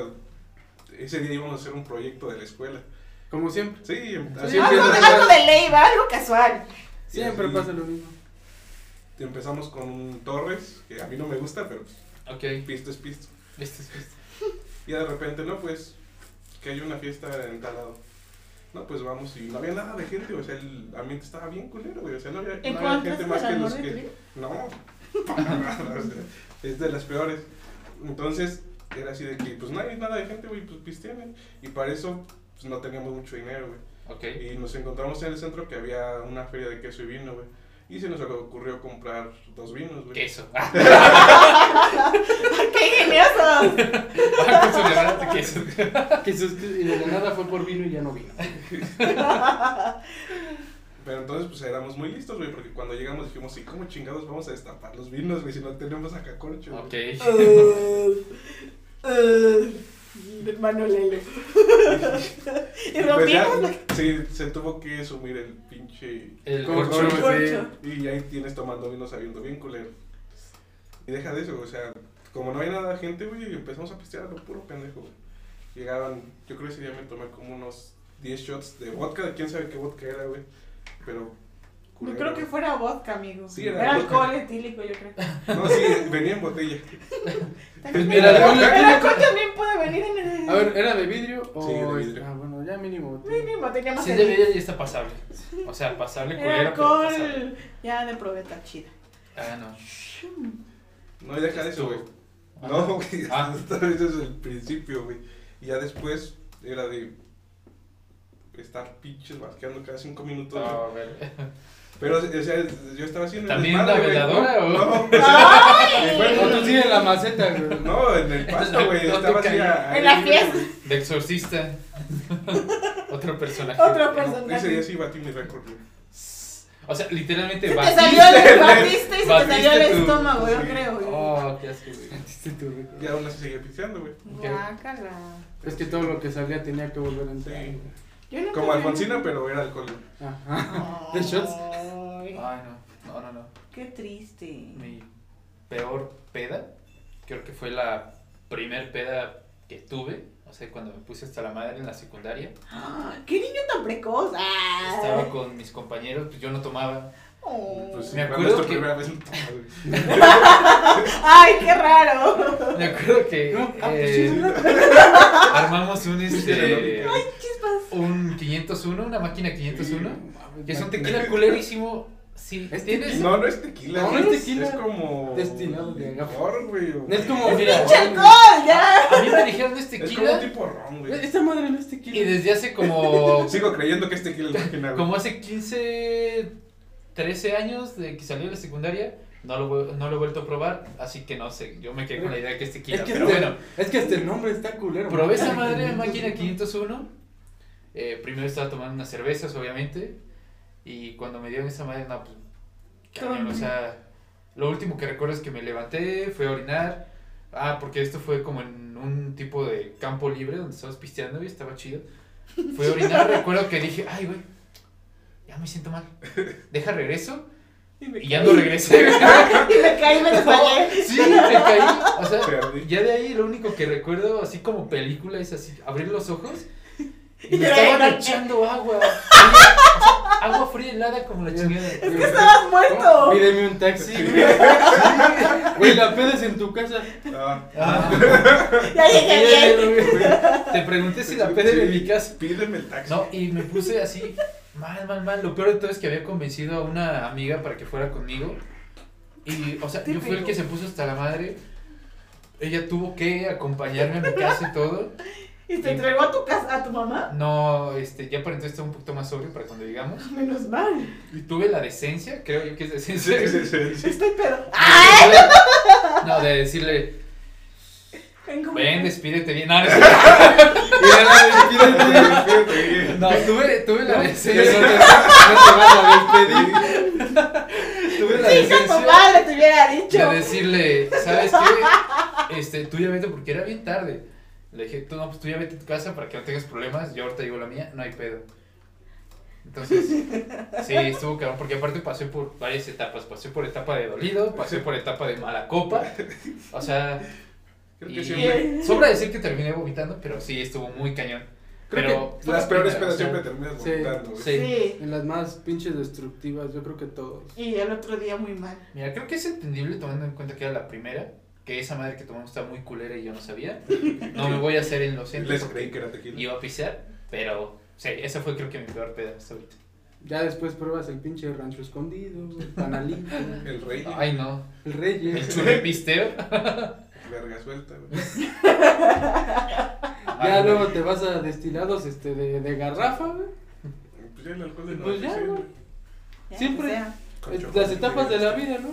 Ese día íbamos a hacer un proyecto de la escuela. Como siempre. Sí, así Sí, Algo, empieza. algo de ley, va, algo casual. Siempre Sí. pasa lo mismo. Empezamos con un Torres, que a mí no me gusta, pero pues, Ok. pisto es pisto. Listo, listo. Y de repente, no, pues, que hay una fiesta en tal lado. No, pues vamos y no había nada de gente, o sea, el ambiente estaba bien culero, güey. O sea, no había, ¿En no había cuánto gente es más que el amor los de tu vida? que. No, para nada, o sea, es de las peores. Entonces, era así de que, pues, no hay nada de gente, güey, pues, pistean. Y para eso, pues, no teníamos mucho dinero, güey. Ok. Y nos encontramos en el centro que había una feria de queso y vino, güey. Y se nos ocurrió comprar dos vinos, güey. Queso. ¡Qué ingenioso! Ah, con su levante queso. Que sus- y de la nada fue por vino y ya no vino. Pero entonces, pues éramos muy listos, güey, porque cuando llegamos dijimos, ¿y cómo chingados vamos a destapar los vinos, güey, si no tenemos acá corcho? güey?" Ok. Hermano Lele. y Y pues ya, rompimos sí, se tuvo que sumir el pinche. El Como corcho. corcho. Corcho. Y ahí tienes tomando vino sabiendo bien culero. Y deja de eso, güey, o sea, como no hay nada de gente, güey, empezamos a pistear a lo puro pendejo, güey. Llegaban, yo creo que ese día me tomé como unos 10 shots de vodka, de quién sabe qué vodka era, güey. Pero. No culero, creo que güey. fuera vodka, amigo. Sí, era era vodka. alcohol etílico, yo creo. No, sí, venía en botella. Pues mira, el el alcohol alcohol también puede venir en el. A ver, ¿era de vidrio o.? Sí, de vidrio. Ah, bueno, ya mínimo. Mínimo, teníamos Sí, el- de vida ya está pasable. O sea, pasable el culero. pero pasable. alcohol. Ya de probeta chida. Ah, no. No, y deja de eso, güey. Ajá. No, güey, Ah. hasta eso es el principio, güey. Y ya después era de estar pinches marqueando cada cinco minutos. güey. Ah, a ver. Pero, o sea, yo estaba haciendo. el ¿También desmadre, la güey, veladora, ¿no? o? No, o sea, ¡Ay! O tú sigue en la maceta, güey. no, en el pasto, güey. No te Estaba así a- a- En la fiesta. De exorcista. Otro personaje. Otro No, ese día personaje. sí batí mi récord, güey. O sea, literalmente Se te batiste. salió el batiste y se te Batiste salió el tu- estómago, yo sí. creo. güey. Oh, qué asco, güey. Hiciste tu récord. Y aún así seguía pisteando, güey. Guácala. Es que todo lo que salía tenía que volver a entrar. Sí. güey. Yo nunca Como me- Alfonsina, pero era alcohol. güey. Ajá. Ay, ¿De shots? Ay, no. No, no, no. Qué triste. Mi peor peda, creo que fue la primer peda que tuve. O sea, cuando me puse hasta la madre en la secundaria. Ah, ¡Qué niño tan precoz! Ay. Estaba con mis compañeros, pues yo no tomaba. Oh. Pues sí, Me fue acuerdo nuestra que- primera vez en todo, güey. ¡Ay, qué raro! Me acuerdo que No, ah, pues eh, sí, armamos un este Chispas. un 501, una máquina 501, mames, que es un tequila culerísimo. Si Es tienes No, no es tequila. No, no es güey, tequila. Es como. Destilado de agapo. licor, güey. o- Es como. Mira, ¡Pinche ¡Alcohol! ¡Ya! a mí me dijeron es Es como un tequila tipo ron, güey. Esta madre no es tequila. y desde hace como Sigo creyendo que este es tequila la máquina, güey. Como hace 15, 13 años de que salió de la secundaria, no lo, vu- no lo he vuelto a probar, así que no sé, yo me quedé con la idea que es tequila, es, que pero este, bueno. es que este nombre está culero. Probé esa güey. madre de máquina 501, eh, primero estaba tomando unas cervezas, obviamente, y cuando me dieron esa madre, no, pues, cañón, o sea, lo último que recuerdo es que me levanté, fui a orinar, ah, porque esto fue como en un tipo de campo libre donde estabas pisteando y estaba chido. Fui a orinar, recuerdo que dije, ay, güey, ya me siento mal. Deja regreso. Y ya no regresé. Y me caí y me desmayé. sí, me caí. O sea, Perdí. ya de ahí lo único que recuerdo, así como película, es así, abrir los ojos. Y Y me te estaban veían. echando agua. O sea, agua fría helada como la chingada. Es que ¡Estabas muerto! Pídeme un taxi. Sí. güey. Güey, la peda es en tu casa. Ah, Ah, Ya llegué bien. Te pregunté si la peda era en mi casa. Pídeme el taxi. No, y me puse así, mal, mal, mal. Lo peor de todo es que había convencido a una amiga para que fuera conmigo. Y, o sea, yo fui el que se puso hasta la madre. Ella tuvo que acompañarme a mi casa y todo. Y te entregó a tu casa, a tu mamá. No, este, ya para entonces estaba un poquito más sobrio para cuando llegamos. Menos mal. Y tuve la decencia, creo yo que es decencia. Ah, ¿eh? Sí, sí, sí, sí. Estoy pedo. No, de decirle, Vengo. ven, despídete bien. No, no, es cierto. No, tuve, tuve la no decencia. te, no te van a despedir. Tuve la Sí, que tu decencia. madre te hubiera dicho. de decirle, ¿sabes qué? Este, tú ya vete porque era bien tarde. Le dije, tú no, pues tú ya vete a tu casa para que no tengas problemas. Yo ahorita digo la mía, no hay pedo. Entonces, sí, estuvo cabrón, porque aparte pasé por varias etapas. Pasé por etapa de dolido, pasé por etapa de mala copa. O sea, Creo y que siempre. sobra decir que terminé vomitando, pero sí, estuvo muy cañón. Creo pero Las peores pedas pedas siempre terminas Sí. vomitando, güey. Sí. Sí. En las más pinches destructivas, yo creo que todos. Y el otro día muy mal. Mira, creo que es entendible tomando en cuenta que era la primera, que esa madre que tomamos está muy culera y yo no sabía. No me voy a hacer inocente Les porque creí que era tequila. iba a pisar, pero sí, esa fue creo que mi peor peda hasta ahorita. Ya después pruebas el pinche rancho escondido, el panalito, El rey. Ay no, el el reyes. churripisteo. Verga suelta, güey. Ya Ay, luego te vas a destilados este de, de garrafa, güey. Pues ya el alcohol de Pues ya, güey. Ya, Siempre. o sea, Las etapas de la este. vida, ¿no?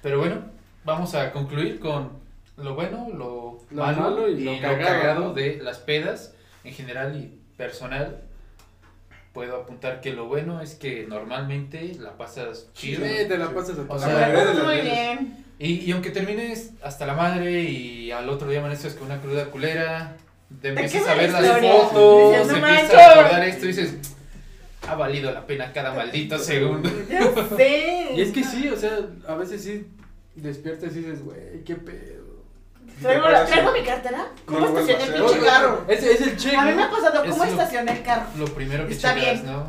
Pero bueno, vamos a concluir con lo bueno, lo, Lo malo y lo cagado, ¿no? de las pedas en general y personal. Puedo apuntar que lo bueno es que normalmente la pasas Sí, chido. te la pasas a O toda sea, madre. mayoría de las muy veces. bien. Y, y aunque termines hasta la madre y al otro día amaneces con una cruda culera, te empiezas quema a ver la las historia. fotos, Dices, "No empiezas manches". a recordar esto y dices, ha valido la pena cada maldito segundo. Ya sé. Y es que sí, o sea, a veces sí despiertas y dices, güey, qué pedo. ¿Traigo, la- traigo mi cartera? ¿Cómo No lo vuelvo a estacioné el hacer. pinche carro? Ese es el check. A mí me ¿no? ha pasado, ¿cómo Es lo- estacioné el carro? Lo primero que Está checas, bien. ¿no?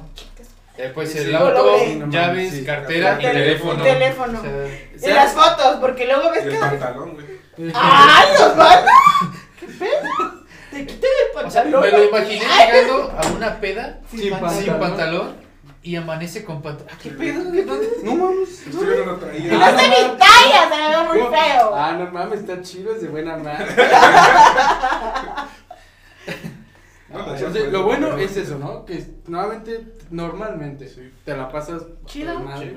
Después Sí, el sí. Lo auto, logré. llaves, Sí. cartera y Tel- teléfono. teléfono. O sea, Y O sea, eh, las fotos, porque luego ves Y que. el pantalón, güey. Pues ¡Ay, los van! ¡Qué pedo! Te quité el o sea, me pantalón. lo imaginé Ah, llegando a una peda sin sin pantalón. sin pantalón y amanece con pantalón. ¿Qué pedo? ¿De dónde? No mames. Esto yo no lo Y Ah, no traía. sé ni talla, se me ve muy feo. Ah, no mames, está chido, es de buena madre. No, Ah, la entonces, chapa, lo no, bueno no, es no. eso, ¿no? Que es- normalmente, normalmente, Sí. te la pasas Chido. con madre.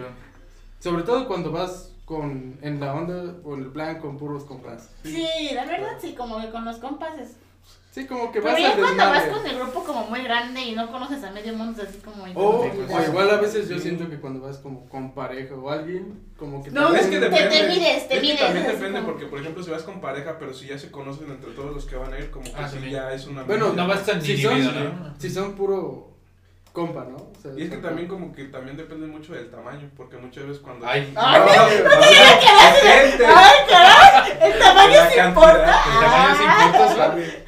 Sobre todo cuando vas con en la onda o en el plan con puros compas. Sí, la verdad sí, como que con los compas es. Sí, como que Pero vas ya al cuando vas desmadre. con el grupo como muy grande y no conoces a medio mundo, es así como. O, Sí. pues, o igual a veces yo siento que cuando vas como con pareja o alguien, como que No, también- Es que te- depende. te mides, te Es que mides, También así depende como- porque, por ejemplo, si vas con pareja, pero si ya se conocen entre todos los que van a ir, como que Ah, sí también. ya es una. Bueno, No vas tan si son, dividido, ¿no? si son puro compa, ¿no? O sea, Y es que como- también como que también depende mucho del tamaño, porque muchas veces cuando... Ay. ¡No, no, gente! ¡Ay, caray! ¿El tamaño La sí cantidad, importa? El tamaño sí Ah. importa, ¿sabes?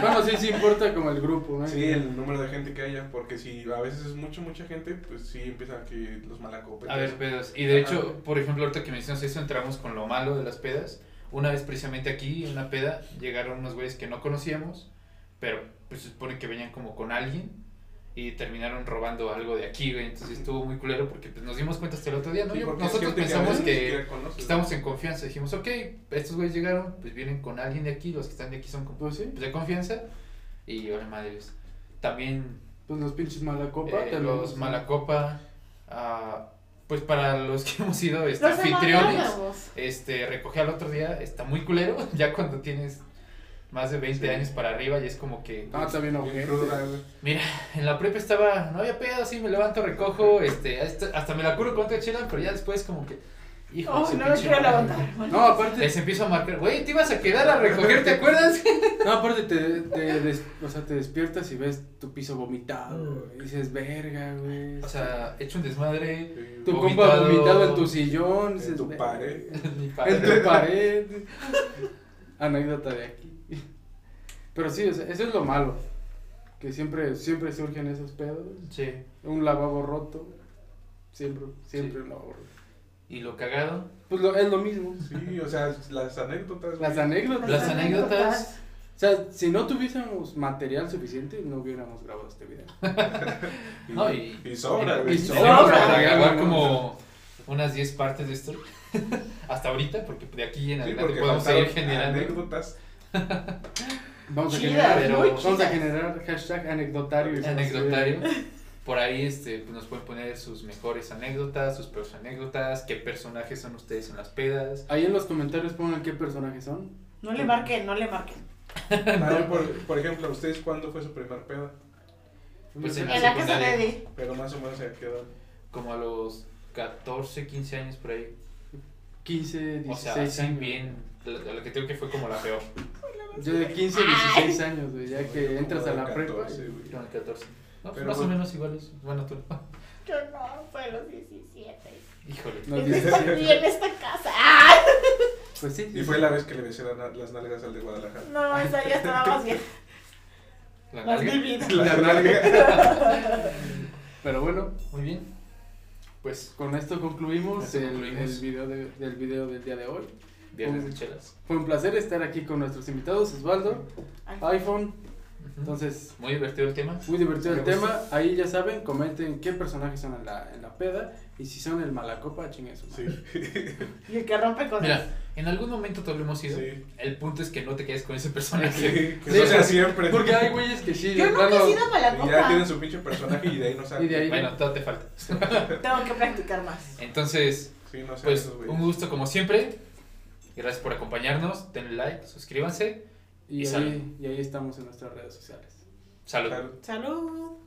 Bueno, sí, sí importa como el grupo, ¿no? Sí, el número de gente que haya, porque si a veces es mucho, mucha gente, pues sí empiezan que los malacopetes. A ver, pedos. Y de Ajá. hecho, por ejemplo, ahorita que mencionas eso, entramos con lo malo de las pedas. Una vez precisamente aquí, en una peda, llegaron unos güeyes que no conocíamos, pero pues, se supone que venían como con alguien y terminaron robando algo de aquí, güey. Entonces estuvo muy culero porque pues, nos dimos cuenta hasta el otro día, ¿no? Sí, Yo- porque es nosotros gente a pensamos veces ni que, siquiera conoces. que estamos en confianza. Dijimos, ok, estos güeyes llegaron, pues vienen con alguien de aquí, los que están de aquí son con- Pues sí, pues, de confianza. Y ahora madres. También pues los pinches mala copa. eh, también, los ¿no? Malacopa, ah, pues para los que hemos sido este, Los anfitriones, anfitriones. este, recoger al otro día está muy culero, ya cuando tienes más de 20 Sí. años para arriba y es como que, Ah, también Bien ojete. cruda, güey. mira, en la prepa estaba, no había pedo, así me levanto, recojo, este, hasta, hasta me la curo con otra chela, pero ya después como que, hijo, Oh, ese no lo pinche quiero madre. levantar. bueno. No, aparte, Les empiezo a marcar, güey, te ibas a quedar a recoger, ¿te acuerdas? No, aparte te, te des- o sea, te despiertas y ves tu piso vomitado. güey. Y dices, verga, güey. Mm. O sea, he hecho un desmadre. Sí, tu güey. compa vomitado. vomitado en tu sillón. En dices, tu "Verga". pared. Ni En padre. tu pared. Anécdota de aquí. Pero sí, o sea, eso es lo malo. Que siempre, siempre surgen esos pedos. Sí. Un lavabo roto. Siempre, siempre un lavabo roto. Y lo cagado, Pues lo- es lo mismo. Sí, o sea, las anécdotas. güey. Las anécdotas. Las anécdotas. O sea, si no tuviésemos material suficiente, no hubiéramos grabado este video. Y, No, y- y sobra, güey. y Tenemos sobra. para grabar Sobra. como unas 10 partes de esto. Hasta ahorita, porque de aquí en Sí, adelante porque podemos faltaron seguir generando. anécdotas. Vamos a Chidas, generar, pero- muy vamos a chidas. generar hashtag anecdotario. y se nos Anecdotario. sube. Por ahí este, pues, nos pueden poner sus mejores anécdotas, sus peores anécdotas, qué personajes son ustedes en las pedas. Ahí en los comentarios pongan qué personajes son. No le marquen, no le marquen. También, por, por ejemplo, ¿ustedes cuándo fue su primer pedo? Pues en En la casa secundaria. de Eddie. Pero más o menos se quedó. Como a los 14, 15 años por ahí. 15, 16 O sea, así años. bien. Lo, lo que tengo que fue como la peor. Yo de 15, 16 años, güey, ya que Como entras a de la 14, prepa. güey. Yo en el 14. No, pues Pero más o bueno. menos iguales. Bueno, tú. Yo no, fue a los 17. Híjole. Los en, esta, 17. y en esta casa. ¡Ah! Pues sí. Y fue la vez que le besé la na- las nalgas al de Guadalajara. No, esa ya estaba más bien. La Más nalga. vivida. La La nalga. nalga. Pero bueno, Muy bien. Pues, con esto concluimos, Con esto el, concluimos. el video de- del video del día de hoy. viernes de chelas. Fue un placer estar aquí con nuestros invitados, Osvaldo, iPhone. Ujú. Entonces, Muy divertido el tema. muy divertido el Me tema. gusta. Ahí ya saben, comenten qué personajes son en la, en la peda y si son el malacopa, chingue su madre. Sí. Y el que rompe con Mira, en algún momento todos lo hemos ido. Sí. El punto es que no te quedes con ese Sí, personaje. que eso Sí. sea siempre. Porque hay güeyes que sí, Yo de nunca plano, he sido mala Y ya copa. tienen su pinche personaje y de ahí no salen. Y de ahí- Bueno, todo te falta. Tengo que practicar más. Entonces, Sí, no sé, pues esos güeyes. un gusto como siempre. Gracias por acompañarnos. Denle like, suscríbanse. y y ahí- salen. y ahí estamos en nuestras redes sociales. Salud. Claro. Salud.